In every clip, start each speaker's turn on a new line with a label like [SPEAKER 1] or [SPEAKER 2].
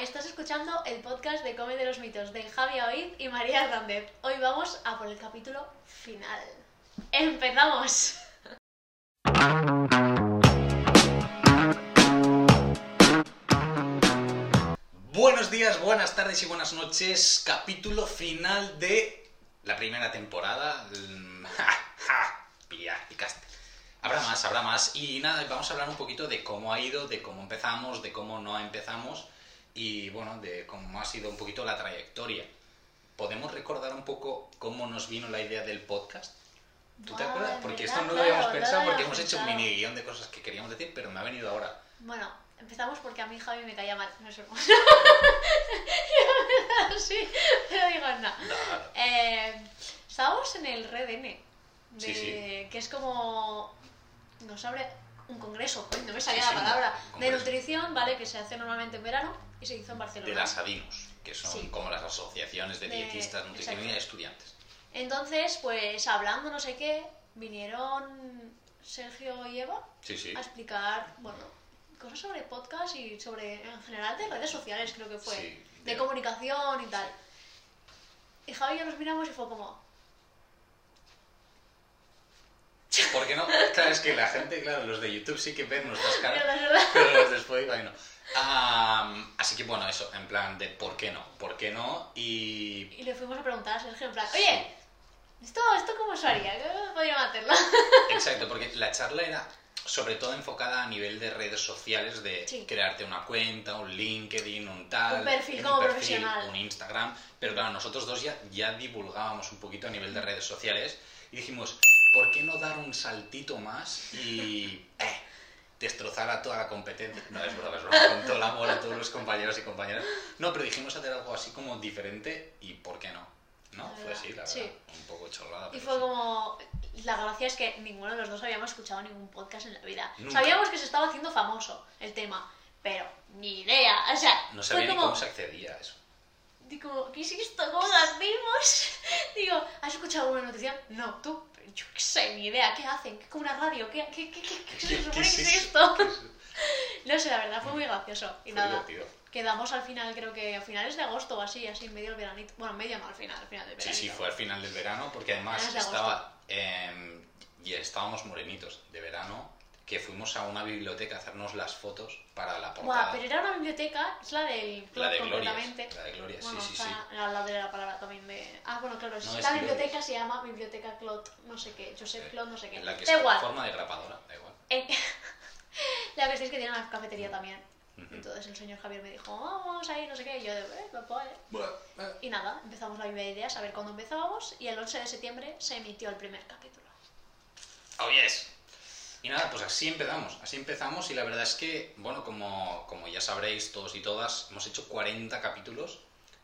[SPEAKER 1] estás escuchando el podcast de Come de los Mitos de Javi Oid y María Hernández. Hoy vamos a por el capítulo final. ¡Empezamos!
[SPEAKER 2] Buenos días, buenas tardes y buenas noches. Capítulo final de la primera temporada. Mm, ja, ja, Pilla, picaste. Habrá más, habrá más. Y nada, vamos a hablar un poquito de cómo ha ido, de cómo empezamos, de cómo no empezamos y bueno, de cómo ha sido un poquito la trayectoria. ¿Podemos recordar un poco cómo nos vino la idea del podcast? ¿Tú te
[SPEAKER 1] Buah,
[SPEAKER 2] acuerdas?
[SPEAKER 1] en
[SPEAKER 2] Porque
[SPEAKER 1] verdad,
[SPEAKER 2] esto no lo
[SPEAKER 1] claro,
[SPEAKER 2] habíamos
[SPEAKER 1] no lo
[SPEAKER 2] pensado, porque
[SPEAKER 1] habíamos
[SPEAKER 2] hemos hecho un
[SPEAKER 1] pensado.
[SPEAKER 2] mini guión de cosas que queríamos decir, pero me ha venido ahora.
[SPEAKER 1] Bueno, empezamos porque a mí Javi me caía mal, no es hermoso. sí, pero digo, no.
[SPEAKER 2] Claro.
[SPEAKER 1] Eh, estábamos en el RDN, de-
[SPEAKER 2] Sí, sí.
[SPEAKER 1] que es como. Nos abre un congreso, uy, no me salía
[SPEAKER 2] Sí,
[SPEAKER 1] la
[SPEAKER 2] sí,
[SPEAKER 1] palabra,
[SPEAKER 2] un
[SPEAKER 1] de
[SPEAKER 2] congreso.
[SPEAKER 1] nutrición, ¿vale? Que se hace normalmente en verano y se hizo en Barcelona.
[SPEAKER 2] de las ADINUS, que son
[SPEAKER 1] Sí.
[SPEAKER 2] como las asociaciones de
[SPEAKER 1] De-
[SPEAKER 2] dietistas, nutricionistas y estudiantes.
[SPEAKER 1] Entonces, pues hablando, no sé qué, vinieron Sergio y Eva
[SPEAKER 2] Sí, sí.
[SPEAKER 1] a explicar, bueno, cosas sobre podcast y sobre, en general, de redes sociales, creo que fue,
[SPEAKER 2] Sí,
[SPEAKER 1] de
[SPEAKER 2] de-
[SPEAKER 1] comunicación y tal. Y Javi y yo nos miramos y fue como,
[SPEAKER 2] Porque no, claro, es que la gente, claro, los de YouTube sí que ven nuestras
[SPEAKER 1] pero la
[SPEAKER 2] caras,
[SPEAKER 1] verdad.
[SPEAKER 2] pero los de Spotify no. Am, así que bueno, eso, en plan de por qué no, por qué no y...
[SPEAKER 1] Y le fuimos a preguntar a Sergio, en plan,
[SPEAKER 2] Sí.
[SPEAKER 1] oye, ¿esto, esto cómo se haría? ¿Qué podríamos hacerlo?
[SPEAKER 2] Exacto, porque la charla era sobre todo enfocada a nivel de redes sociales, de
[SPEAKER 1] Sí.
[SPEAKER 2] crearte una cuenta, un LinkedIn, un tal...
[SPEAKER 1] Un perfil como
[SPEAKER 2] perfil,
[SPEAKER 1] profesional.
[SPEAKER 2] Un Instagram, pero claro, nosotros dos ya, ya divulgábamos un poquito a nivel de redes sociales y dijimos, ¿por qué no dar un saltito más y eh, destrozar a toda la competencia? No, es broma, es broma, con todo el amor a todos los compañeros y compañeras. No, pero dijimos hacer algo así como diferente y ¿por qué no? No,
[SPEAKER 1] La
[SPEAKER 2] fue
[SPEAKER 1] verdad,
[SPEAKER 2] así, la verdad.
[SPEAKER 1] sí.
[SPEAKER 2] Un poco chorrada.
[SPEAKER 1] Y
[SPEAKER 2] pero
[SPEAKER 1] fue
[SPEAKER 2] sí.
[SPEAKER 1] como, la gracia es que ninguno de los dos habíamos escuchado ningún podcast en la vida.
[SPEAKER 2] Nunca.
[SPEAKER 1] Sabíamos que se estaba haciendo famoso el tema, pero ni idea, o sea,
[SPEAKER 2] No
[SPEAKER 1] fue
[SPEAKER 2] sabía ni
[SPEAKER 1] como,
[SPEAKER 2] cómo se accedía a eso.
[SPEAKER 1] digo, ¿qué es esto? ¿Cómo lo hacemos? digo, ¿has escuchado alguna noticia? No, tú, yo qué sé, ni idea, ¿qué hacen? ¿Qué es como una radio? ¿Qué, qué, qué, qué, qué se
[SPEAKER 2] ¿Qué-
[SPEAKER 1] supone
[SPEAKER 2] qué es
[SPEAKER 1] que es
[SPEAKER 2] eso?
[SPEAKER 1] esto?
[SPEAKER 2] ¿Qué es eso?
[SPEAKER 1] No sé, la verdad fue muy gracioso. Y
[SPEAKER 2] Fue
[SPEAKER 1] nada,
[SPEAKER 2] divertido.
[SPEAKER 1] quedamos al final, creo que a finales de agosto o así, así en medio del veranito. Bueno, en medio no, al final, al final del
[SPEAKER 2] Sí,
[SPEAKER 1] veranito.
[SPEAKER 2] sí, fue al final del verano, porque además
[SPEAKER 1] Finales de agosto.
[SPEAKER 2] estaba. eh, y estábamos morenitos de verano, que fuimos a una biblioteca a hacernos las fotos para la portada.
[SPEAKER 1] Buah, pero era una biblioteca, es la del club
[SPEAKER 2] la de Gloria.
[SPEAKER 1] completamente.
[SPEAKER 2] La de Gloria,
[SPEAKER 1] Bueno,
[SPEAKER 2] sí, sí,
[SPEAKER 1] está
[SPEAKER 2] sí.
[SPEAKER 1] al lado de la palabra también de... Ah, bueno, claro, es-
[SPEAKER 2] No, es
[SPEAKER 1] la
[SPEAKER 2] Gloria.
[SPEAKER 1] biblioteca se llama Biblioteca Clot, no sé qué, Joseph
[SPEAKER 2] Eh,
[SPEAKER 1] Clot, no sé qué.
[SPEAKER 2] En la que
[SPEAKER 1] da
[SPEAKER 2] está
[SPEAKER 1] igual.
[SPEAKER 2] forma de grapadora, da igual.
[SPEAKER 1] En- la cuestión es que tiene una cafetería también.
[SPEAKER 2] Ujú.
[SPEAKER 1] Entonces el señor Javier me dijo, "Oh, vamos a ir, no sé qué, y yo de, eh, papá, eh". Y nada, empezamos la lluvia de ideas a ver cuándo empezábamos y el 11 de septiembre se emitió el primer capítulo.
[SPEAKER 2] Oh, yes. Y nada, pues así empezamos, así empezamos y la verdad es que, bueno, como, como ya sabréis todos y todas, hemos hecho 40 capítulos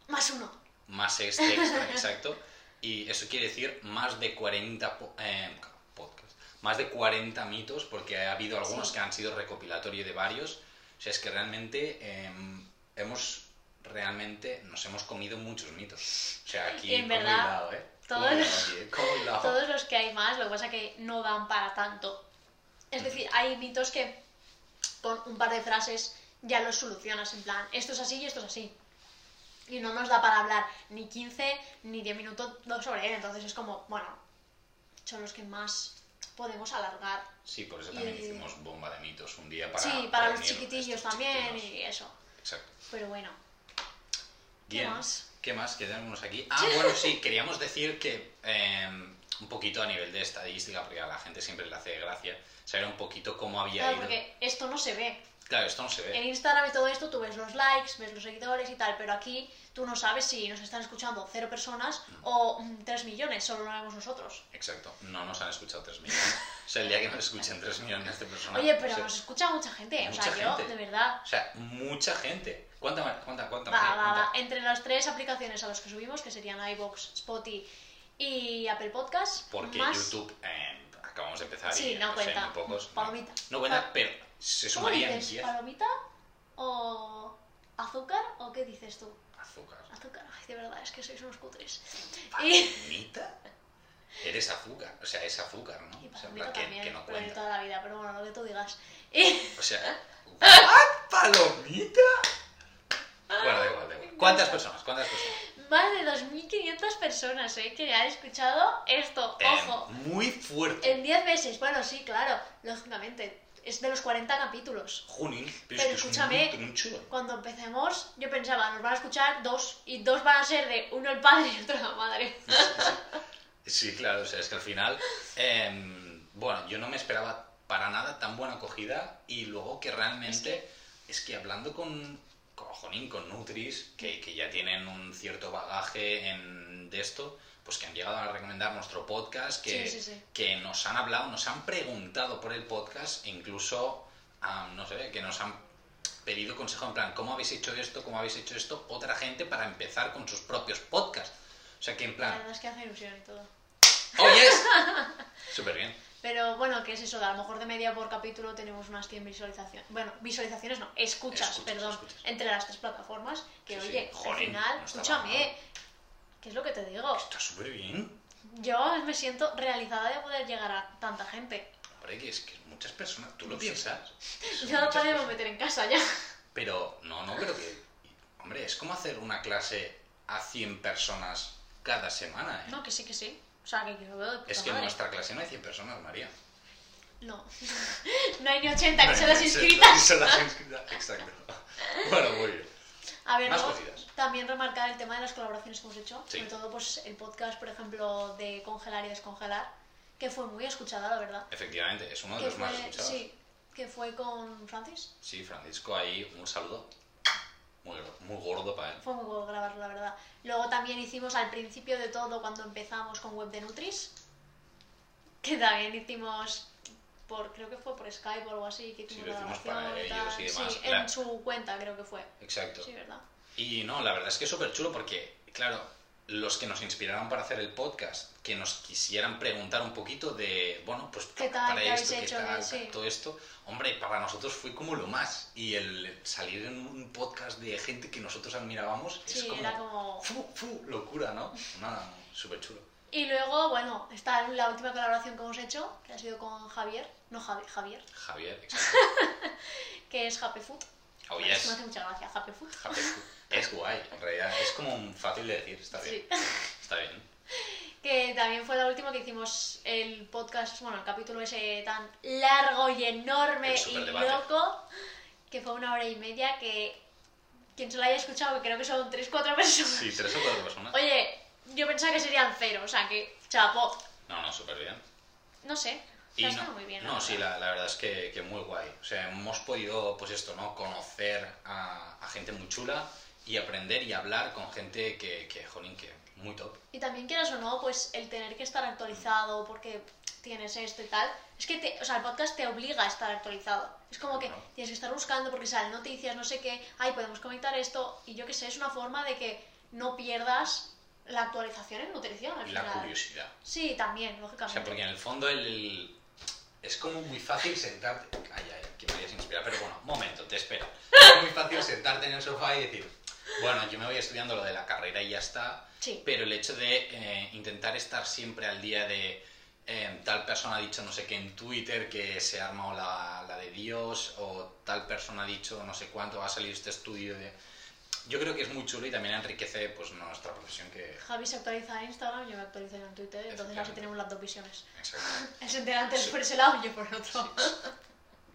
[SPEAKER 1] Más uno.
[SPEAKER 2] más este extra, exacto. Y eso quiere decir más de 40 po- eh, podcast, más de 40 mitos, porque ha habido algunos
[SPEAKER 1] Sí.
[SPEAKER 2] que han sido recopilatorio de varios. O sea, es que realmente eh, hemos realmente nos hemos comido muchos mitos. O sea, aquí
[SPEAKER 1] Y en
[SPEAKER 2] como
[SPEAKER 1] verdad,
[SPEAKER 2] hilado, ¿eh? Como
[SPEAKER 1] todos-
[SPEAKER 2] hilado aquí, ¿eh? Como hilado.
[SPEAKER 1] Todos los que hay más, lo que pasa es que no dan para tanto. Es decir, hay mitos que con un par de frases ya los solucionas, en plan, esto es así y esto es así. Y no nos da para hablar ni 15 ni 10 minutos no sobre él, entonces es como, bueno, son los que más podemos alargar.
[SPEAKER 2] Sí, por eso
[SPEAKER 1] y-
[SPEAKER 2] también hicimos bomba de mitos un día para
[SPEAKER 1] sí, para los
[SPEAKER 2] reunir
[SPEAKER 1] chiquitillos
[SPEAKER 2] estos
[SPEAKER 1] también
[SPEAKER 2] chiquitinos.
[SPEAKER 1] y eso.
[SPEAKER 2] Exacto.
[SPEAKER 1] Pero bueno, ¿qué
[SPEAKER 2] Bien.
[SPEAKER 1] más?
[SPEAKER 2] ¿Qué más? Que tenemos aquí. Ah, bueno, sí, queríamos decir que eh, un poquito a nivel de estadística, porque a la gente siempre le hace gracia saber un poquito cómo había
[SPEAKER 1] Claro,
[SPEAKER 2] ido.
[SPEAKER 1] porque esto no se ve.
[SPEAKER 2] Claro, esto no se ve.
[SPEAKER 1] En Instagram y todo esto tú ves los likes, ves los seguidores y tal, pero aquí tú no sabes si nos están escuchando cero personas o mm, tres millones, solo lo vemos nosotros.
[SPEAKER 2] Exacto, no nos han escuchado 3 millones. O sea, el día que nos escuchen 3 millones de personas.
[SPEAKER 1] Oye, pero
[SPEAKER 2] o sea,
[SPEAKER 1] nos escucha mucha gente, o sea,
[SPEAKER 2] mucha
[SPEAKER 1] yo,
[SPEAKER 2] gente.
[SPEAKER 1] de verdad.
[SPEAKER 2] o sea, mucha gente. ¿Cuánta, Mar- cuánta, cuánta?
[SPEAKER 1] Va,
[SPEAKER 2] María?
[SPEAKER 1] va, va.
[SPEAKER 2] ¿Cuánta?
[SPEAKER 1] Entre las tres aplicaciones a las que subimos, que serían iBox, Spotify y Apple Podcast,
[SPEAKER 2] Porque
[SPEAKER 1] más...
[SPEAKER 2] YouTube eh, acabamos de empezar
[SPEAKER 1] Sí,
[SPEAKER 2] y
[SPEAKER 1] no
[SPEAKER 2] sé,
[SPEAKER 1] cuenta.
[SPEAKER 2] muy pocos.
[SPEAKER 1] Palomita.
[SPEAKER 2] No cuenta,
[SPEAKER 1] Pa-
[SPEAKER 2] pero se
[SPEAKER 1] ¿Cómo
[SPEAKER 2] sumarían
[SPEAKER 1] dices?
[SPEAKER 2] 10
[SPEAKER 1] ¿Palomita o azúcar o qué dices tú?
[SPEAKER 2] azúcar.
[SPEAKER 1] Azúcar, ay, de verdad, es que sois unos cutres. Y...
[SPEAKER 2] ¿Palomita? Eres azúcar, o sea, es azúcar, ¿no?
[SPEAKER 1] Y
[SPEAKER 2] O sea, en
[SPEAKER 1] palomita
[SPEAKER 2] plan, que-
[SPEAKER 1] también,
[SPEAKER 2] que no
[SPEAKER 1] pero de
[SPEAKER 2] cuenta.
[SPEAKER 1] toda la vida, pero bueno, lo que tú digas. Y
[SPEAKER 2] O sea, ¿what? ¿Palomita? Bueno,
[SPEAKER 1] Ah.
[SPEAKER 2] ¿Cuántas personas? ¿Cuántas personas?
[SPEAKER 1] Más de 2.500 personas, ¿eh? Que han escuchado esto. Ojo.
[SPEAKER 2] Eh, muy fuerte.
[SPEAKER 1] En 10 meses. Bueno, sí, claro. Lógicamente. Es de los 40 capítulos.
[SPEAKER 2] Junín,
[SPEAKER 1] Pero,
[SPEAKER 2] pero, es que
[SPEAKER 1] escúchame,
[SPEAKER 2] es un, eh. un chulo.
[SPEAKER 1] cuando empecemos, yo pensaba, nos van a escuchar dos. Y dos van a ser de uno el padre y otro la madre.
[SPEAKER 2] Sí, claro, o sea, es que al final, eh, bueno, yo no me esperaba para nada tan buena acogida y luego que realmente es que hablando con, con Jonín, con Nutris, que, que ya tienen un cierto bagaje en, de esto, pues que han llegado a recomendar nuestro podcast, que,
[SPEAKER 1] Sí, sí, sí.
[SPEAKER 2] que nos han hablado, nos han preguntado por el podcast, e incluso, ah, no sé, que nos han pedido consejo en plan, ¿cómo habéis hecho esto? ¿Cómo habéis hecho esto? Otra gente para empezar con sus propios podcasts. O sea que en
[SPEAKER 1] La
[SPEAKER 2] plan,
[SPEAKER 1] verdad es que hace ilusión y todo.
[SPEAKER 2] ¡Oyes! Súper bien.
[SPEAKER 1] Pero bueno, ¿qué es eso? De a lo mejor de media por capítulo tenemos unas 100 visualizaciones. Bueno, visualizaciones no, escuchas,
[SPEAKER 2] Escuchas,
[SPEAKER 1] perdón,
[SPEAKER 2] escuchas.
[SPEAKER 1] entre las tres plataformas. Que
[SPEAKER 2] Sí, sí.
[SPEAKER 1] oye, al
[SPEAKER 2] Jolín,
[SPEAKER 1] final,
[SPEAKER 2] no está
[SPEAKER 1] escúchame,
[SPEAKER 2] mal.
[SPEAKER 1] ¿qué es lo que te digo?
[SPEAKER 2] Está súper bien.
[SPEAKER 1] Yo me siento realizada de poder llegar a tanta gente.
[SPEAKER 2] Hombre, que es que muchas personas, tú lo piensas. Son
[SPEAKER 1] Ya lo
[SPEAKER 2] muchas
[SPEAKER 1] podemos
[SPEAKER 2] personas.
[SPEAKER 1] meter en casa ya.
[SPEAKER 2] Pero, no, no, pero que. Hombre, es como hacer una clase a 100 personas cada semana, ¿eh?
[SPEAKER 1] No, que sí, que sí. O sea, que yo lo veo de puta
[SPEAKER 2] es que en
[SPEAKER 1] madre.
[SPEAKER 2] nuestra clase no hay 100 personas, María.
[SPEAKER 1] No. no hay ni 80 que son las
[SPEAKER 2] Sí,
[SPEAKER 1] inscritas.
[SPEAKER 2] Son las inscritas, exacto. Bueno, muy bien.
[SPEAKER 1] A ver,
[SPEAKER 2] Más
[SPEAKER 1] luego,
[SPEAKER 2] cositas.
[SPEAKER 1] también remarcar el tema de las colaboraciones que hemos hecho,
[SPEAKER 2] Sí.
[SPEAKER 1] sobre todo pues el podcast, por ejemplo, de congelar y descongelar, que fue muy escuchada, la verdad.
[SPEAKER 2] Efectivamente, es uno de
[SPEAKER 1] que
[SPEAKER 2] los más
[SPEAKER 1] fue,
[SPEAKER 2] escuchados.
[SPEAKER 1] sí, que fue con Francis.
[SPEAKER 2] Sí, Francisco, ahí un saludo. Muy, gor- muy gordo para él.
[SPEAKER 1] Fue muy bueno grabarlo, la verdad. Luego también hicimos al principio de todo, cuando empezamos con Web de Nutris, que también hicimos por, creo que fue por Skype o algo así, que hicimos la
[SPEAKER 2] lo hicimos
[SPEAKER 1] grabación
[SPEAKER 2] para ellos
[SPEAKER 1] tal.
[SPEAKER 2] y demás,
[SPEAKER 1] Sí,
[SPEAKER 2] claro.
[SPEAKER 1] en su cuenta creo que fue.
[SPEAKER 2] Exacto.
[SPEAKER 1] Sí, ¿verdad?
[SPEAKER 2] Y no, la verdad es que es súper chulo porque, claro, los que nos inspiraron para hacer el podcast, que nos quisieran preguntar un poquito de, bueno, pues
[SPEAKER 1] ¿Qué tal?
[SPEAKER 2] para
[SPEAKER 1] ¿Qué habéis
[SPEAKER 2] esto, qué
[SPEAKER 1] hecho?
[SPEAKER 2] tal,
[SPEAKER 1] Sí.
[SPEAKER 2] todo esto, hombre, para nosotros fue como lo más. Y el salir en un podcast de gente que nosotros admirábamos es
[SPEAKER 1] Sí,
[SPEAKER 2] como,
[SPEAKER 1] era como...
[SPEAKER 2] fu, fu, locura, ¿no? Nada, súper chulo.
[SPEAKER 1] Y luego, bueno, está la última colaboración que hemos hecho, que ha sido con Javier, no Javi, Javier,
[SPEAKER 2] Javier, exacto.
[SPEAKER 1] que es Happy Food.
[SPEAKER 2] Oh,
[SPEAKER 1] Bueno, eso
[SPEAKER 2] yes.
[SPEAKER 1] Me hace mucha gracia, Happy Food.
[SPEAKER 2] Javier, es guay, en realidad, es como un fácil de decir, está bien,
[SPEAKER 1] Sí.
[SPEAKER 2] está bien.
[SPEAKER 1] Que también fue la última que hicimos el podcast, bueno, el capítulo ese tan largo y enorme
[SPEAKER 2] El
[SPEAKER 1] y
[SPEAKER 2] superdebate.
[SPEAKER 1] loco, que fue una hora y media, que quien se lo haya escuchado, que creo que son 3-4 personas.
[SPEAKER 2] Sí, tres o cuatro personas.
[SPEAKER 1] Oye, yo pensaba que serían cero, o sea que, chapo,
[SPEAKER 2] No, no, súper bien.
[SPEAKER 1] no sé,
[SPEAKER 2] Y
[SPEAKER 1] está
[SPEAKER 2] no,
[SPEAKER 1] muy bien.
[SPEAKER 2] no,
[SPEAKER 1] la
[SPEAKER 2] sí,
[SPEAKER 1] verdad.
[SPEAKER 2] la, la verdad es que, que muy guay. O sea, hemos podido, pues esto, ¿no? Conocer a, a gente muy chula y aprender y hablar con gente que, que jolín, que muy top.
[SPEAKER 1] Y también quieras o no, pues el tener que estar actualizado porque tienes esto y tal, es que te, o sea, el podcast te obliga a estar actualizado. Es como que
[SPEAKER 2] Claro.
[SPEAKER 1] tienes que estar buscando porque salen noticias, no sé qué, ay, podemos comentar esto y yo qué sé, es una forma de que no pierdas la actualización en nutrición al
[SPEAKER 2] Y la
[SPEAKER 1] final.
[SPEAKER 2] curiosidad.
[SPEAKER 1] Sí, también,
[SPEAKER 2] O sea,
[SPEAKER 1] lógicamente.
[SPEAKER 2] porque en el fondo el, el- es como muy fácil sentarte. Ay, ay, que me vayas a inspirar. Pero bueno, momento, te espero. Es muy fácil sentarte en el sofá y decir, bueno, yo me voy estudiando lo de la carrera y ya está.
[SPEAKER 1] Sí.
[SPEAKER 2] Pero el hecho de eh, intentar estar siempre al día de eh, tal persona ha dicho no sé qué en Twitter que se ha armado la, la de Dios o tal persona ha dicho no sé cuánto va a salir este estudio de... Yo creo que es muy chulo y también enriquece pues nuestra profesión que...
[SPEAKER 1] Javi se actualiza en Instagram, yo me actualizo en Twitter, entonces así
[SPEAKER 2] Efectivamente.
[SPEAKER 1] tenemos las dos visiones.
[SPEAKER 2] Exacto.
[SPEAKER 1] Él se entera antes por ese lado y yo por el otro.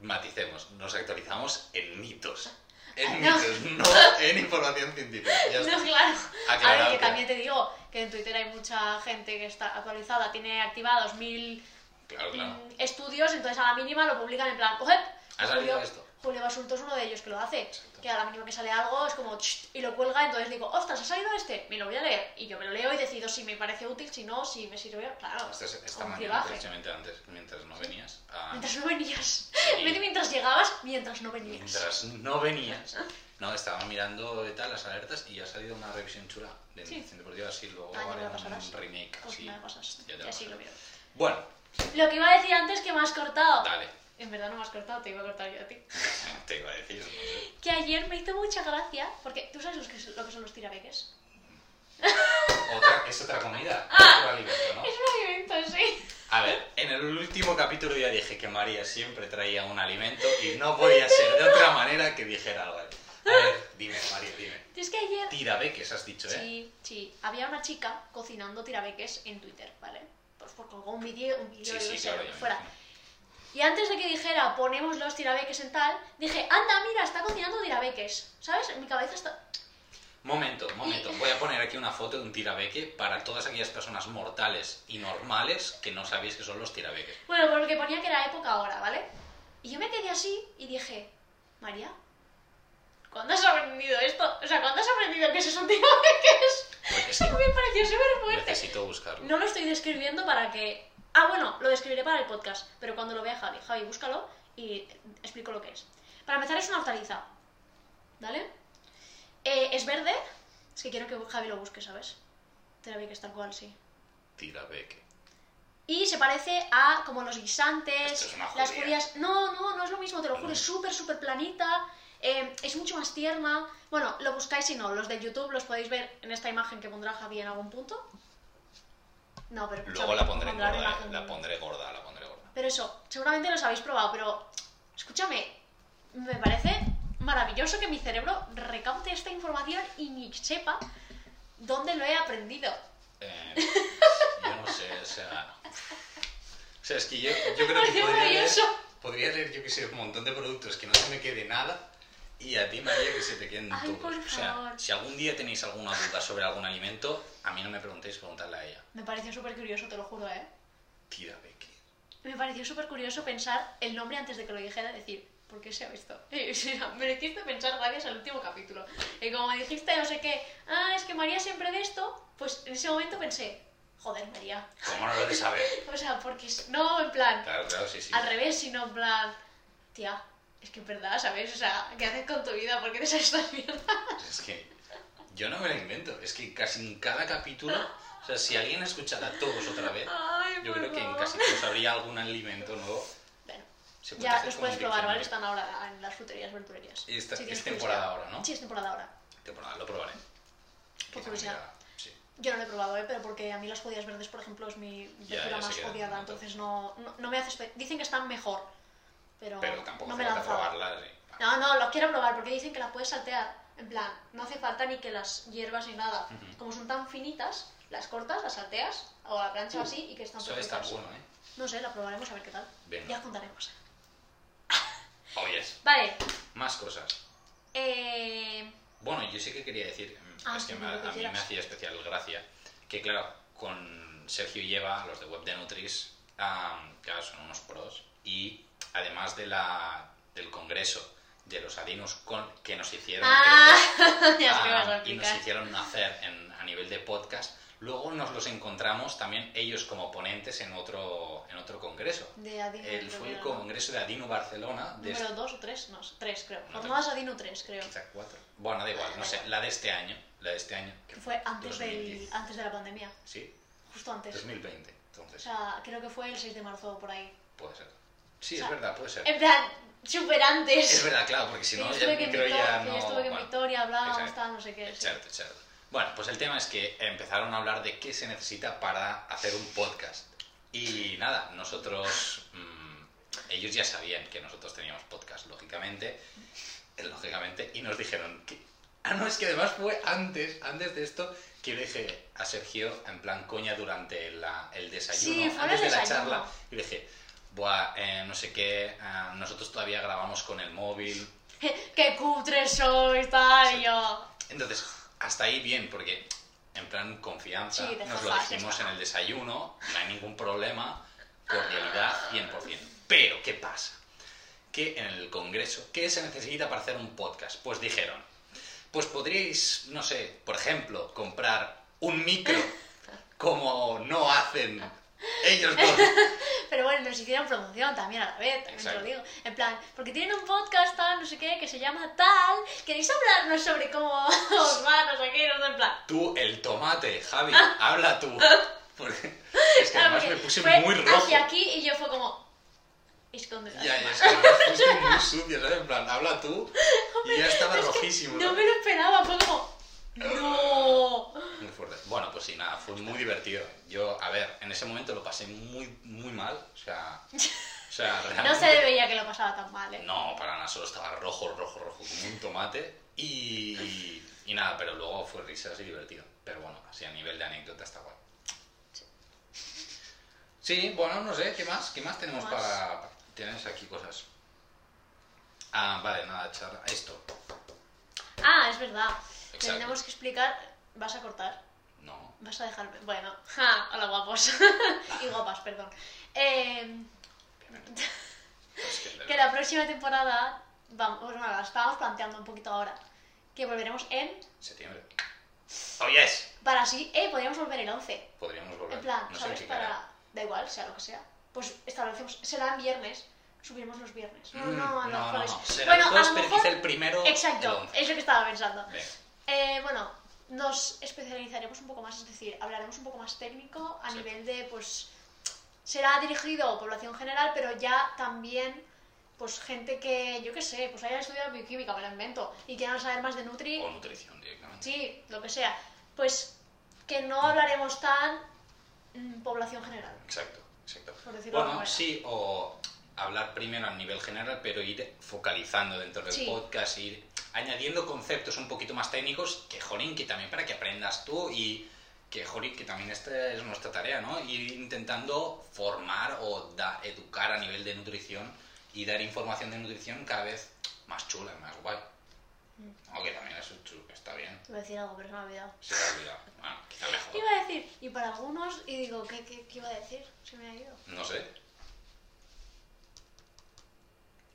[SPEAKER 2] Maticemos, nos actualizamos en mitos.
[SPEAKER 1] Ay,
[SPEAKER 2] En
[SPEAKER 1] no.
[SPEAKER 2] mitos, no en información científica. Ya está.
[SPEAKER 1] No, claro.
[SPEAKER 2] Aclarado,
[SPEAKER 1] a ver, que
[SPEAKER 2] Ah, claro.
[SPEAKER 1] también te digo que en Twitter hay mucha gente que está actualizada, tiene activados mil
[SPEAKER 2] Claro, claro.
[SPEAKER 1] mm, estudios, entonces a la mínima lo publican en plan, ¡Ojep!
[SPEAKER 2] ¿Ha salido
[SPEAKER 1] Julio,
[SPEAKER 2] esto?
[SPEAKER 1] Julio Basulto es uno de ellos que lo hace,
[SPEAKER 2] Exacto.
[SPEAKER 1] que a la mínima que sale algo es como "Ch", y lo cuelga, entonces digo, ostras, ha salido este, me lo voy a leer. Y yo me lo leo y decido si me parece útil, si no, si me sirve, claro.
[SPEAKER 2] Esta, este esta
[SPEAKER 1] como un
[SPEAKER 2] mañana,
[SPEAKER 1] cribaje.
[SPEAKER 2] precisamente antes, mientras no venías, ah,
[SPEAKER 1] Mientras no venías.
[SPEAKER 2] Sí.
[SPEAKER 1] En vez de mientras llegabas, mientras no venías.
[SPEAKER 2] Mientras no venías. No, estaba mirando y tal las alertas y ya ha salido una revisión chula de
[SPEAKER 1] Sí.
[SPEAKER 2] Nintendo por Dios, así luego
[SPEAKER 1] Ah, ya me la
[SPEAKER 2] haremos
[SPEAKER 1] pasarás.
[SPEAKER 2] un remake
[SPEAKER 1] Pues
[SPEAKER 2] así.
[SPEAKER 1] me lo pasas.
[SPEAKER 2] Ya te
[SPEAKER 1] Y
[SPEAKER 2] lo
[SPEAKER 1] así
[SPEAKER 2] pasaré.
[SPEAKER 1] lo veo.
[SPEAKER 2] Bueno,
[SPEAKER 1] Lo que iba a decir antes que me has cortado.
[SPEAKER 2] dale.
[SPEAKER 1] En verdad no me has cortado, te iba a cortar yo a ti.
[SPEAKER 2] Te iba a decir. no sé.
[SPEAKER 1] Que ayer me hizo mucha gracia, porque tú sabes los que- lo que son los tirabeques.
[SPEAKER 2] Otra, es otra comida.
[SPEAKER 1] Ah.
[SPEAKER 2] otro alimento, ¿no?
[SPEAKER 1] Es un alimento, sí.
[SPEAKER 2] A ver, en el último capítulo ya dije que María siempre traía un alimento y no podía ser de otra manera que dijera algo. A ver, dime, María, dime.
[SPEAKER 1] Y es que ayer
[SPEAKER 2] tirabeques, has dicho, ¿eh?
[SPEAKER 1] Sí, sí. Había una chica cocinando tirabeques en Twitter, ¿vale? Pues, pues colgó un vídeo, un vídeo,
[SPEAKER 2] Sí,
[SPEAKER 1] yo
[SPEAKER 2] sí,
[SPEAKER 1] qué sé,
[SPEAKER 2] claro,
[SPEAKER 1] lo
[SPEAKER 2] ya
[SPEAKER 1] que
[SPEAKER 2] me
[SPEAKER 1] fuera.
[SPEAKER 2] imagino.
[SPEAKER 1] Y antes de que dijera ponemos los tirabeques en tal, dije, anda, mira, está cocinando tirabeques. ¿Sabes? En mi cabeza está.
[SPEAKER 2] Momento, momento. Voy a poner aquí una foto de un tirabeque para todas aquellas personas mortales y normales que no sabéis que son los tirabeques.
[SPEAKER 1] Bueno, porque ponía que era época ahora, ¿vale? Y yo me quedé así y dije, María, ¿cuándo has aprendido esto? O sea, ¿cuándo has aprendido que esos son tirabeques?
[SPEAKER 2] Porque sí,
[SPEAKER 1] Eso me pareció súper fuerte.
[SPEAKER 2] necesito buscarlo.
[SPEAKER 1] No lo estoy describiendo para que. Ah, bueno, lo describiré para el podcast, pero cuando lo vea Javi. Javi, búscalo y explico lo que es. Para empezar, es una hortaliza. ¿Vale? Eh, es verde. Es que quiero que Javi lo busque, ¿sabes? Te que es tal cual, sí.
[SPEAKER 2] Tirabeque.
[SPEAKER 1] Y se parece a como los guisantes,
[SPEAKER 2] Esto es una
[SPEAKER 1] las
[SPEAKER 2] judía.
[SPEAKER 1] judías. No, no, no es lo mismo, te lo juro,
[SPEAKER 2] Mm.
[SPEAKER 1] es súper, súper planita, eh, es mucho más tierna. Bueno, lo buscáis si no, los de YouTube los podéis ver en esta imagen que pondrá Javi en algún punto. No, pero
[SPEAKER 2] Luego
[SPEAKER 1] escúchame,
[SPEAKER 2] la pondré
[SPEAKER 1] pondrá
[SPEAKER 2] gorda, eh.
[SPEAKER 1] imagen.
[SPEAKER 2] La pondré gorda, la pondré gorda.
[SPEAKER 1] Pero eso, seguramente los habéis probado, pero escúchame, me parece maravilloso que mi cerebro recaute esta información y ni sepa dónde lo he aprendido.
[SPEAKER 2] Eh, yo no sé, o sea. O sea, es que yo, yo creo que
[SPEAKER 1] Pareció
[SPEAKER 2] podría leer,
[SPEAKER 1] maravilloso.
[SPEAKER 2] podría leer, yo que sé, un montón de productos que no se me quede nada y a ti, María, que se te queden
[SPEAKER 1] Ay,
[SPEAKER 2] todos.
[SPEAKER 1] por
[SPEAKER 2] O sea,
[SPEAKER 1] favor.
[SPEAKER 2] si algún día tenéis alguna duda sobre algún alimento, a mí no me preguntéis, preguntadle a ella.
[SPEAKER 1] Me pareció súper curioso, te lo juro, ¿eh?
[SPEAKER 2] Tirabeque.
[SPEAKER 1] Me pareció súper curioso pensar el nombre antes de que lo dijera, decir, ¿por qué se ha visto? O sea, me lo hiciste pensar gracias al último capítulo. Y como me dijiste, no sé qué, ah, es que María siempre de esto, pues en ese momento pensé, joder, María.
[SPEAKER 2] ¿Cómo no lo de saber?
[SPEAKER 1] O sea, porque es- no, en plan,
[SPEAKER 2] Claro, claro, sí, sí.
[SPEAKER 1] al revés, sino en plan, tía, es que es verdad, ¿sabes? O sea, ¿qué haces con tu vida? ¿Por qué te sabes estas mierdas?
[SPEAKER 2] Es que yo no me la invento. Es que casi en cada capítulo, o sea, si alguien escuchara todos otra vez,
[SPEAKER 1] Ay,
[SPEAKER 2] yo
[SPEAKER 1] por
[SPEAKER 2] creo que en
[SPEAKER 1] favor.
[SPEAKER 2] casi todos habría algún alimento nuevo.
[SPEAKER 1] Bueno,
[SPEAKER 2] Se puede
[SPEAKER 1] ya
[SPEAKER 2] hacer
[SPEAKER 1] los
[SPEAKER 2] con
[SPEAKER 1] puedes
[SPEAKER 2] un
[SPEAKER 1] probar, ¿vale?
[SPEAKER 2] diccionario.
[SPEAKER 1] Están ahora en las fruterías, verdurerías.
[SPEAKER 2] Y esta-
[SPEAKER 1] Si tienes
[SPEAKER 2] es temporada
[SPEAKER 1] curiosidad.
[SPEAKER 2] ahora, ¿no?
[SPEAKER 1] Sí, es temporada ahora.
[SPEAKER 2] Temporada, lo probaré. Quizá me
[SPEAKER 1] curiosidad.
[SPEAKER 2] diga, Sí.
[SPEAKER 1] Yo no lo he probado, ¿eh? pero porque a mí las judías verdes, por ejemplo, es mi
[SPEAKER 2] Ya,
[SPEAKER 1] verdura
[SPEAKER 2] ya sé
[SPEAKER 1] más
[SPEAKER 2] que-
[SPEAKER 1] odiada, entonces no, no, no me hace... espe- Dicen que están mejor, pero,
[SPEAKER 2] Pero tampoco
[SPEAKER 1] no me
[SPEAKER 2] hace falta
[SPEAKER 1] lanzaba.
[SPEAKER 2] probarla. sí.
[SPEAKER 1] No, no, lo quiero probar porque dicen que las puedes saltear, en plan, no hace falta ni que las hierbas ni nada.
[SPEAKER 2] Ujú.
[SPEAKER 1] Como son tan finitas, las cortas, las salteas, o a la plancha o así, y que están
[SPEAKER 2] Mm. Eso está
[SPEAKER 1] perfectas.
[SPEAKER 2] bueno, ¿eh?
[SPEAKER 1] No sé, la probaremos a ver qué tal.
[SPEAKER 2] Venga.
[SPEAKER 1] Ya os contaremos.
[SPEAKER 2] Oyes,
[SPEAKER 1] Vale,
[SPEAKER 2] más cosas.
[SPEAKER 1] eh...
[SPEAKER 2] Bueno, yo sé que quería decir, mm,
[SPEAKER 1] Ah,
[SPEAKER 2] es que
[SPEAKER 1] sí,
[SPEAKER 2] me-
[SPEAKER 1] lo que
[SPEAKER 2] a mí me
[SPEAKER 1] quieras.
[SPEAKER 2] hacía especial gracia, que claro, con Sergio y Eva, los de Web de Nutris, ah, claro, son unos pros, y además de la, del congreso de los adinos con, que nos hicieron
[SPEAKER 1] Ah,
[SPEAKER 2] crecer,
[SPEAKER 1] ya sé qué vas a
[SPEAKER 2] Ah, y nos
[SPEAKER 1] explicar.
[SPEAKER 2] hicieron nacer en- a nivel de podcast. Luego nos los encontramos también ellos como ponentes en otro, en otro congreso.
[SPEAKER 1] De Adina,
[SPEAKER 2] El,
[SPEAKER 1] creo
[SPEAKER 2] fue
[SPEAKER 1] que
[SPEAKER 2] el
[SPEAKER 1] era, ¿no?
[SPEAKER 2] congreso de Adino Barcelona, de este.
[SPEAKER 1] Número 2 o 3, no, 3 creo.
[SPEAKER 2] No,
[SPEAKER 1] Jornadas Adino 3 creo.
[SPEAKER 2] quizá cuatro. Bueno, da igual, no sé, la de este año. La de este año.
[SPEAKER 1] Que fue antes, del,
[SPEAKER 2] 2010.
[SPEAKER 1] antes de la pandemia,
[SPEAKER 2] Sí,
[SPEAKER 1] justo antes.
[SPEAKER 2] 2020.
[SPEAKER 1] O
[SPEAKER 2] Entonces,
[SPEAKER 1] sea, creo que fue el 6 de marzo o por ahí.
[SPEAKER 2] puede ser. Sí,
[SPEAKER 1] o sea,
[SPEAKER 2] es verdad, puede ser.
[SPEAKER 1] En plan, super
[SPEAKER 2] Es
[SPEAKER 1] antes.
[SPEAKER 2] verdad, claro, porque si
[SPEAKER 1] Que
[SPEAKER 2] no,
[SPEAKER 1] yo
[SPEAKER 2] ya
[SPEAKER 1] estuve que en
[SPEAKER 2] creo ya
[SPEAKER 1] Victoria, que
[SPEAKER 2] no.
[SPEAKER 1] yo estuve que en
[SPEAKER 2] bueno.
[SPEAKER 1] Victoria, hablábamos,
[SPEAKER 2] exacto.
[SPEAKER 1] tal, no sé qué. sí.
[SPEAKER 2] Cierto, cierto. Bueno, pues el tema es que empezaron a hablar de qué se necesita para hacer un podcast. Y nada, nosotros, mm, ellos ya sabían que nosotros teníamos podcast, lógicamente, eh, lógicamente, y nos dijeron que... Ah, no, es que además fue antes, antes de esto, que le dije a Sergio, en plan coña, durante la- el desayuno,
[SPEAKER 1] Sí, fue en
[SPEAKER 2] antes
[SPEAKER 1] el
[SPEAKER 2] de la
[SPEAKER 1] desayuno.
[SPEAKER 2] charla, y le dije, buah, eh, no sé qué, ah, nosotros todavía grabamos con el móvil,
[SPEAKER 1] Qué cutre soy, tal, y yo.
[SPEAKER 2] entonces, hasta ahí bien, porque en plan confianza
[SPEAKER 1] Sí, de
[SPEAKER 2] nos lo
[SPEAKER 1] jaja, ya
[SPEAKER 2] dijimos
[SPEAKER 1] está.
[SPEAKER 2] en el desayuno, no hay ningún problema, cordialidad 100%. Pero, ¿qué pasa? Que en el Congreso, ¿qué se necesita para hacer un podcast? Pues dijeron, pues podríais, no sé, por ejemplo, comprar un micro como no hacen ellos dos.
[SPEAKER 1] Pero bueno, nos hicieron promoción también a la vez, también te
[SPEAKER 2] Exacto.
[SPEAKER 1] lo digo. En plan, porque tienen un podcast, tal, no sé qué, que se llama tal. ¿Queréis hablarnos sobre cómo os va, no sé qué? No sé, en plan.
[SPEAKER 2] Tú, el tomate, Javi, habla tú. Porque es que
[SPEAKER 1] Claro,
[SPEAKER 2] además me
[SPEAKER 1] porque
[SPEAKER 2] puse
[SPEAKER 1] fue
[SPEAKER 2] muy rojo.
[SPEAKER 1] Hacia aquí y yo fue como. Esconde
[SPEAKER 2] Ya, ya, es que además fuiste muy sucio, ¿sabes? En plan, habla tú. Y ya estaba
[SPEAKER 1] Es que
[SPEAKER 2] rojísimo,
[SPEAKER 1] No
[SPEAKER 2] ¿no?
[SPEAKER 1] me lo esperaba, fue como. ¡No!
[SPEAKER 2] Muy fuerte. Bueno, pues sí, nada, fue muy divertido. Yo, a ver, en ese momento lo pasé muy, muy mal. O sea, o sea realmente.
[SPEAKER 1] No se veía que lo pasaba tan mal, ¿eh?
[SPEAKER 2] No, para nada, solo estaba rojo, rojo, rojo, como un tomate. Y, y nada, nada, pero luego fue risas y divertido. Pero bueno, así a nivel de anécdota está guay.
[SPEAKER 1] Sí.
[SPEAKER 2] Sí, bueno, no sé, ¿qué más? ¿Qué más tenemos
[SPEAKER 1] más?
[SPEAKER 2] para...? Tienes aquí cosas. Ah, vale, nada, charla. Esto.
[SPEAKER 1] Ah, es verdad.
[SPEAKER 2] Exacto.
[SPEAKER 1] Tenemos que explicar. ¿Vas a cortar?
[SPEAKER 2] No.
[SPEAKER 1] ¿Vas a dejarme? Bueno, ja, hola guapos. y guapas, perdón. Eh,
[SPEAKER 2] es que es de
[SPEAKER 1] que
[SPEAKER 2] verdad.
[SPEAKER 1] la próxima temporada. Vamos, bueno, la estábamos planteando un poquito ahora. Que volveremos en.
[SPEAKER 2] Septiembre. Hoy es.
[SPEAKER 1] Para así. Eh, podríamos volver el 11.
[SPEAKER 2] Podríamos volver.
[SPEAKER 1] En plan,
[SPEAKER 2] no sé
[SPEAKER 1] ¿sabes?
[SPEAKER 2] qué cara.
[SPEAKER 1] Para. Da igual, sea lo que sea. Pues establecemos. Será en viernes. Subiremos los viernes. No,
[SPEAKER 2] Mm,
[SPEAKER 1] no, a los
[SPEAKER 2] no,
[SPEAKER 1] jueves.
[SPEAKER 2] no. Será
[SPEAKER 1] bueno,
[SPEAKER 2] el jueves,
[SPEAKER 1] a lo
[SPEAKER 2] pero
[SPEAKER 1] mejor.
[SPEAKER 2] quizá el primero. el
[SPEAKER 1] Exacto,
[SPEAKER 2] once.
[SPEAKER 1] es lo que estaba pensando.
[SPEAKER 2] Venga.
[SPEAKER 1] Eh, bueno, nos especializaremos un poco más, es decir, hablaremos un poco más técnico a
[SPEAKER 2] Sí.
[SPEAKER 1] nivel de, pues, será dirigido a población general, pero ya también, pues, gente que, yo qué sé, pues haya estudiado bioquímica, me lo invento, y quieran saber más de Nutri,
[SPEAKER 2] O nutrición directamente.
[SPEAKER 1] sí, lo que sea, pues, que no hablaremos tan mm, población general.
[SPEAKER 2] Exacto, exacto.
[SPEAKER 1] Por decirlo de alguna
[SPEAKER 2] Bueno,
[SPEAKER 1] manera.
[SPEAKER 2] sí, o hablar primero a nivel general, pero ir focalizando dentro del
[SPEAKER 1] Sí.
[SPEAKER 2] podcast, ir añadiendo conceptos un poquito más técnicos, que jolín, que también para que aprendas tú y que jolín, que también esta es nuestra tarea, ¿no? Ir intentando formar o da- educar a nivel de nutrición y dar información de nutrición cada vez más chula, más guay.
[SPEAKER 1] Mm.
[SPEAKER 2] Aunque también eso es chulo, está bien.
[SPEAKER 1] Iba a decir algo, pero se me ha olvidado.
[SPEAKER 2] Se te ha olvidado. Bueno, quizá mejor.
[SPEAKER 1] Iba a decir, y para algunos, y digo, ¿qué, qué, qué iba a decir? Se me ha ido.
[SPEAKER 2] No sé.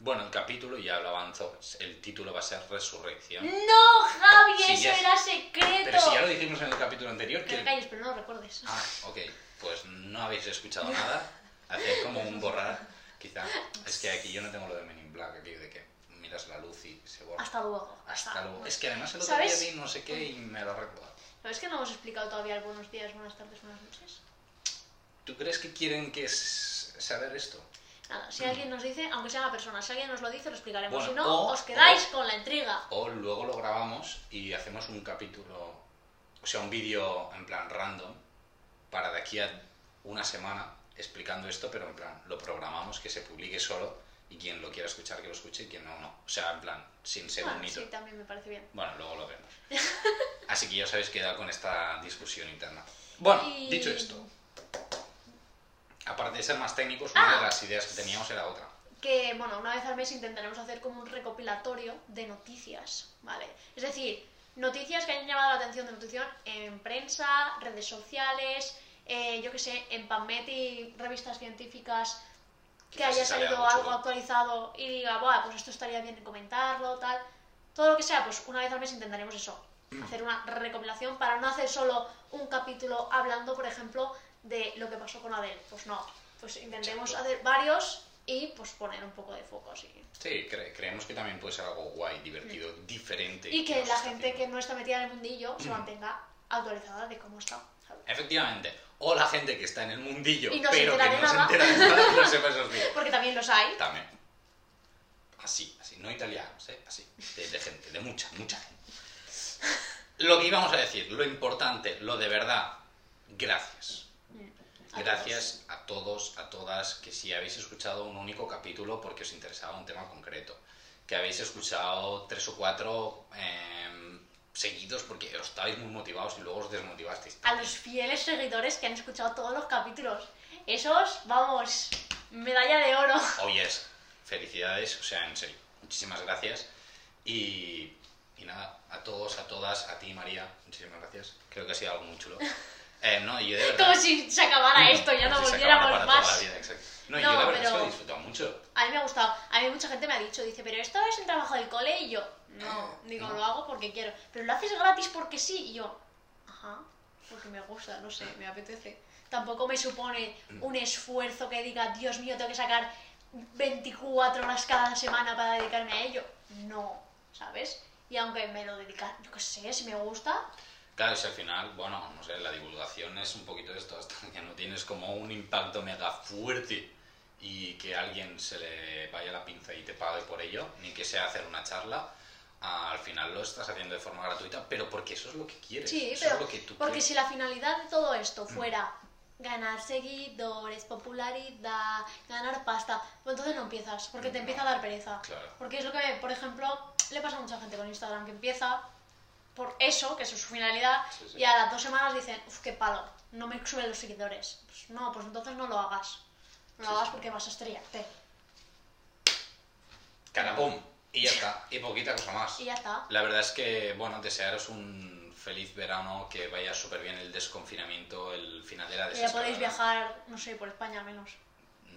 [SPEAKER 2] Bueno, el capítulo ya lo avanzó. El título va a ser Resurrección.
[SPEAKER 1] No, Javi,
[SPEAKER 2] Sí,
[SPEAKER 1] eso
[SPEAKER 2] ya-
[SPEAKER 1] era secreto.
[SPEAKER 2] Pero si ya lo dijimos en el capítulo anterior
[SPEAKER 1] Que te
[SPEAKER 2] que...
[SPEAKER 1] calles, pero no lo recuerdes.
[SPEAKER 2] Ah, ok. Pues no habéis escuchado nada. Hacer como un borrar, quizá. Es que aquí yo no tengo lo de Men in Black, aquí de que miras la luz y se borra.
[SPEAKER 1] Hasta luego.
[SPEAKER 2] Hasta
[SPEAKER 1] Ah,
[SPEAKER 2] luego.
[SPEAKER 1] no.
[SPEAKER 2] Es que además el otro día
[SPEAKER 1] ¿Sabes?
[SPEAKER 2] vi no sé qué y me lo ha recordado.
[SPEAKER 1] ¿Sabes que no hemos explicado todavía el buenos días, buenas tardes, buenas noches?
[SPEAKER 2] ¿Tú crees que quieren que s- saber esto?
[SPEAKER 1] Nada, si alguien nos dice, aunque sea una persona, si alguien nos lo dice, lo explicaremos.
[SPEAKER 2] Bueno,
[SPEAKER 1] si no,
[SPEAKER 2] o-
[SPEAKER 1] os quedáis con la intriga.
[SPEAKER 2] O luego lo grabamos y hacemos un capítulo, o sea, un vídeo en plan random, para de aquí a una semana explicando esto, pero en plan lo programamos, que se publique solo y quien lo quiera escuchar que lo escuche y quien no, no. O sea, en plan, sin ser
[SPEAKER 1] Bueno,
[SPEAKER 2] un hito.
[SPEAKER 1] Ah, sí, también me parece bien.
[SPEAKER 2] Bueno, luego lo vemos. Así que ya os habéis quedado con esta discusión interna. Bueno,
[SPEAKER 1] Y-
[SPEAKER 2] dicho esto, aparte de ser más técnicos,
[SPEAKER 1] Ah.
[SPEAKER 2] una de las ideas que teníamos era otra.
[SPEAKER 1] que, bueno, una vez al mes intentaremos hacer como un recopilatorio de noticias, ¿vale? Es decir, noticias que hayan llamado la atención de nutrición en prensa, redes sociales, eh, yo qué sé, en PubMed y revistas científicas, que
[SPEAKER 2] Quizás
[SPEAKER 1] haya
[SPEAKER 2] se salga
[SPEAKER 1] salido
[SPEAKER 2] algo
[SPEAKER 1] algo
[SPEAKER 2] chulo.
[SPEAKER 1] actualizado y diga, Buah, pues esto estaría bien comentarlo, tal. Todo lo que sea, pues una vez al mes intentaremos eso, hacer una recopilación para no hacer solo un capítulo hablando, por ejemplo, de lo que pasó con Adel. Pues no, pues intentemos
[SPEAKER 2] Exacto.
[SPEAKER 1] hacer varios y pues poner un poco de foco así.
[SPEAKER 2] Sí, cre- creemos que también puede ser algo guay, divertido, diferente.
[SPEAKER 1] Y que
[SPEAKER 2] nos
[SPEAKER 1] la
[SPEAKER 2] está
[SPEAKER 1] gente que
[SPEAKER 2] haciendo. Mm.
[SPEAKER 1] no está metida en el mundillo se mantenga actualizada de cómo está. ¿sabes?
[SPEAKER 2] Efectivamente. O la gente que está en el mundillo,
[SPEAKER 1] Y no se
[SPEAKER 2] pero que
[SPEAKER 1] entera de
[SPEAKER 2] no se
[SPEAKER 1] nada.
[SPEAKER 2] entera de nada, no sepa esos vídeos.
[SPEAKER 1] Porque también los hay.
[SPEAKER 2] También. Así, así. No italianos, ¿eh? Así. De, de gente, de mucha, mucha gente. Lo que íbamos a decir, lo importante, lo de verdad. Gracias.
[SPEAKER 1] A
[SPEAKER 2] Gracias a todos, a todas, que si habéis escuchado un único capítulo porque os interesaba un tema concreto, que habéis escuchado tres o cuatro em, seguidos porque os estabais muy motivados y luego os desmotivasteis.
[SPEAKER 1] a los fieles seguidores que han escuchado todos los capítulos. Esos, vamos, medalla de oro.
[SPEAKER 2] Oye, es felicidades, o sea, en serio, muchísimas gracias. Y, y nada, a todos, a todas, a ti María, muchísimas gracias. Creo que ha sido algo muy chulo. Eh, no, yo de verdad...
[SPEAKER 1] Como si se acabara esto, ya no
[SPEAKER 2] se
[SPEAKER 1] volviéramos
[SPEAKER 2] acabara para toda la
[SPEAKER 1] más.
[SPEAKER 2] vida, exacto. No,
[SPEAKER 1] No,
[SPEAKER 2] yo la verdad es que
[SPEAKER 1] pero-
[SPEAKER 2] lo he disfrutado mucho.
[SPEAKER 1] A mí me ha gustado. A mí mucha gente me ha dicho, dice, pero esto es un trabajo del cole y yo, no,
[SPEAKER 2] No,
[SPEAKER 1] digo,
[SPEAKER 2] no.
[SPEAKER 1] lo hago porque quiero. Pero lo haces gratis porque sí y yo, ajá, porque me gusta, no sé, me apetece. Tampoco me supone un esfuerzo que diga, Dios mío, tengo que sacar 24 horas cada semana para dedicarme a ello. No, ¿sabes? Y aunque me lo dedican, yo qué sé, si me gusta,
[SPEAKER 2] Claro, si al final, bueno, no sé, la divulgación es un poquito esto, hasta que no tienes como un impacto mega fuerte y que alguien se le vaya la pinza y te pague por ello, ni que sea hacer una charla, ah, al final lo estás haciendo de forma gratuita, pero porque eso es lo que quieres,
[SPEAKER 1] Sí,
[SPEAKER 2] eso
[SPEAKER 1] pero
[SPEAKER 2] es lo que tú
[SPEAKER 1] porque
[SPEAKER 2] quieres.
[SPEAKER 1] si la finalidad de todo esto fuera ganar seguidores, popularidad, ganar pasta, pues entonces no empiezas, porque te empieza a dar pereza.
[SPEAKER 2] Claro.
[SPEAKER 1] Porque es lo que, por ejemplo, le pasa a mucha gente con Instagram que empieza, por eso, que eso es su finalidad,
[SPEAKER 2] Sí, sí.
[SPEAKER 1] y a las dos semanas dicen, uff, qué palo, no me suben los seguidores. Pues no, pues entonces no lo hagas. No lo
[SPEAKER 2] Sí,
[SPEAKER 1] hagas
[SPEAKER 2] sí.
[SPEAKER 1] porque vas a estrellarte.
[SPEAKER 2] Carapum. Y ya está. Y poquita cosa más.
[SPEAKER 1] Y ya está.
[SPEAKER 2] La verdad es que, bueno, desearos un feliz verano, que vaya súper bien el desconfinamiento, el final de la
[SPEAKER 1] Que ya
[SPEAKER 2] desescalada.
[SPEAKER 1] podéis viajar, no sé, por España menos.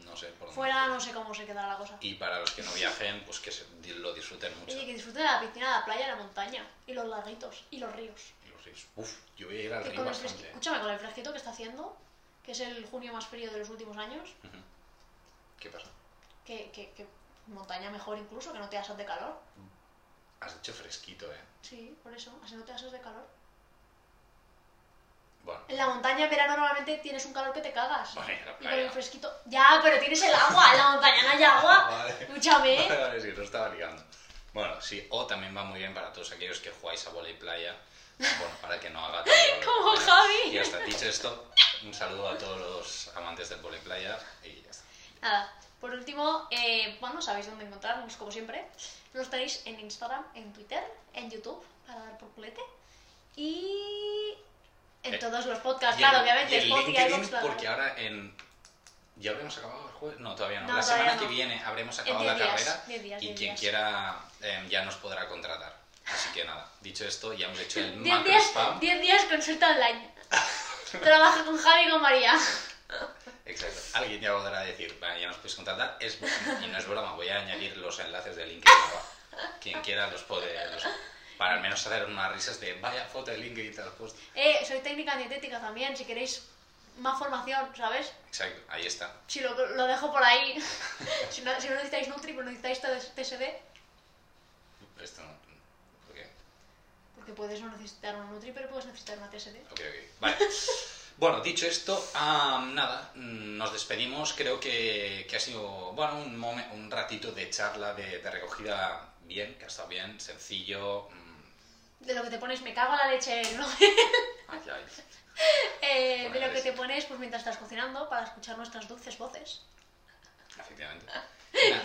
[SPEAKER 2] No sé por dónde.
[SPEAKER 1] Fuera no sé cómo se quedará la cosa.
[SPEAKER 2] Y para los que no viajen, pues que se- lo disfruten mucho.
[SPEAKER 1] Oye, que disfruten de la piscina, la playa, la montaña, y los laguitos, y los ríos.
[SPEAKER 2] Y los ríos. Uf, yo voy a ir al
[SPEAKER 1] Que
[SPEAKER 2] río
[SPEAKER 1] con el
[SPEAKER 2] bastante.
[SPEAKER 1] fresqui- Escúchame, con el fresquito que está haciendo, que es el junio más frío de los últimos años,
[SPEAKER 2] Ujú. ¿eh? ¿Qué pasa? Mm.
[SPEAKER 1] que, que, que montaña mejor incluso, que no te asas de calor.
[SPEAKER 2] Has dicho fresquito, ¿eh?
[SPEAKER 1] Sí, por eso, así no te asas de calor.
[SPEAKER 2] Bueno.
[SPEAKER 1] En la montaña en verano normalmente tienes un calor que te cagas.
[SPEAKER 2] Bueno, en la
[SPEAKER 1] y con el
[SPEAKER 2] playa.
[SPEAKER 1] fresquito. Ya, pero tienes el agua, en la montaña no hay agua.
[SPEAKER 2] Vale.
[SPEAKER 1] Escúchame.
[SPEAKER 2] Vale, vale, sí, lo estaba ligando. Bueno, sí, o también va muy bien para todos aquellos que jugáis a volei playa. Bueno, para que no haga tanto calor.
[SPEAKER 1] Como Javi.
[SPEAKER 2] Y hasta dicho esto, un saludo a todos los amantes del volei playa y ya está.
[SPEAKER 1] Nada, por último, eh, bueno, sabéis dónde encontrarnos, como siempre. Nos tenéis en Instagram, en Twitter, en YouTube, para dar por culete. Y en
[SPEAKER 2] Eh,
[SPEAKER 1] todos los podcasts,
[SPEAKER 2] Y el-
[SPEAKER 1] claro,
[SPEAKER 2] y
[SPEAKER 1] obviamente.
[SPEAKER 2] el
[SPEAKER 1] Spotify,
[SPEAKER 2] LinkedIn,
[SPEAKER 1] iVoox, bla, bla, bla.
[SPEAKER 2] porque ahora en... ¿Ya habremos acabado el jueves? No, todavía no.
[SPEAKER 1] No,
[SPEAKER 2] la
[SPEAKER 1] todavía
[SPEAKER 2] semana
[SPEAKER 1] no.
[SPEAKER 2] que viene habremos
[SPEAKER 1] En
[SPEAKER 2] acabado la
[SPEAKER 1] 10 días,
[SPEAKER 2] carrera
[SPEAKER 1] 10 días,
[SPEAKER 2] y
[SPEAKER 1] 10
[SPEAKER 2] quien
[SPEAKER 1] días.
[SPEAKER 2] quiera em, ya nos podrá contratar. Así que nada, dicho esto, ya hemos hecho el
[SPEAKER 1] 10
[SPEAKER 2] macro
[SPEAKER 1] días,
[SPEAKER 2] spam.
[SPEAKER 1] 10 días consulta online. Trabaja con Javi y con María.
[SPEAKER 2] Exacto. Alguien ya podrá decir, "Vale, ya nos podéis contratar. Es broma. Y no es broma, voy a añadir los enlaces de LinkedIn abajo. Quien quiera los puede... los- Para al menos hacer unas risas de vaya foto de LinkedIn te has puesto.
[SPEAKER 1] Eh, soy técnica dietética también, si queréis más formación, ¿sabes?
[SPEAKER 2] Exacto, ahí está.
[SPEAKER 1] Si lo, lo dejo por ahí. si, no, si no necesitáis Nutri, pues necesitáis TSD.
[SPEAKER 2] Esto no... ¿Por qué?
[SPEAKER 1] Porque puedes no necesitar una Nutri, pero puedes necesitar una TSD.
[SPEAKER 2] Ok, ok. Vale. Bueno, dicho esto, ah, nada, mm, nos despedimos. Creo que, que ha sido bueno, un, momen- un ratito de charla, de, de recogida bien, que ha estado bien, sencillo. mm,
[SPEAKER 1] De lo que te pones, me cago en la leche, ¿no?
[SPEAKER 2] ay, ay.
[SPEAKER 1] Eh, de
[SPEAKER 2] Bueno,
[SPEAKER 1] lo que
[SPEAKER 2] sí.
[SPEAKER 1] te pones, pues mientras estás cocinando, para escuchar nuestras dulces voces.
[SPEAKER 2] Efectivamente.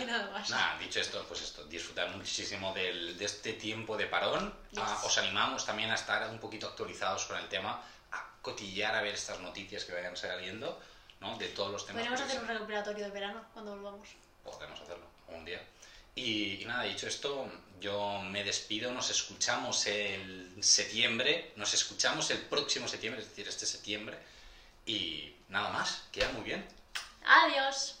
[SPEAKER 1] Y nada más.
[SPEAKER 2] Nada, dicho esto, pues esto, disfrutar muchísimo del- de este tiempo de parón.
[SPEAKER 1] Yes.
[SPEAKER 2] Ah, os animamos también a estar un poquito actualizados con el tema, a cotillar a ver estas noticias que vayan saliendo, ¿no? De todos los temas.
[SPEAKER 1] Podríamos
[SPEAKER 2] que
[SPEAKER 1] hacer
[SPEAKER 2] se-
[SPEAKER 1] un recopilatorio de verano cuando volvamos.
[SPEAKER 2] podemos hacerlo un día. Y, y nada, dicho esto, yo me despido, nos escuchamos el septiembre, nos escuchamos el próximo septiembre, es decir, este septiembre, y nada más, queda muy bien.
[SPEAKER 1] Adiós.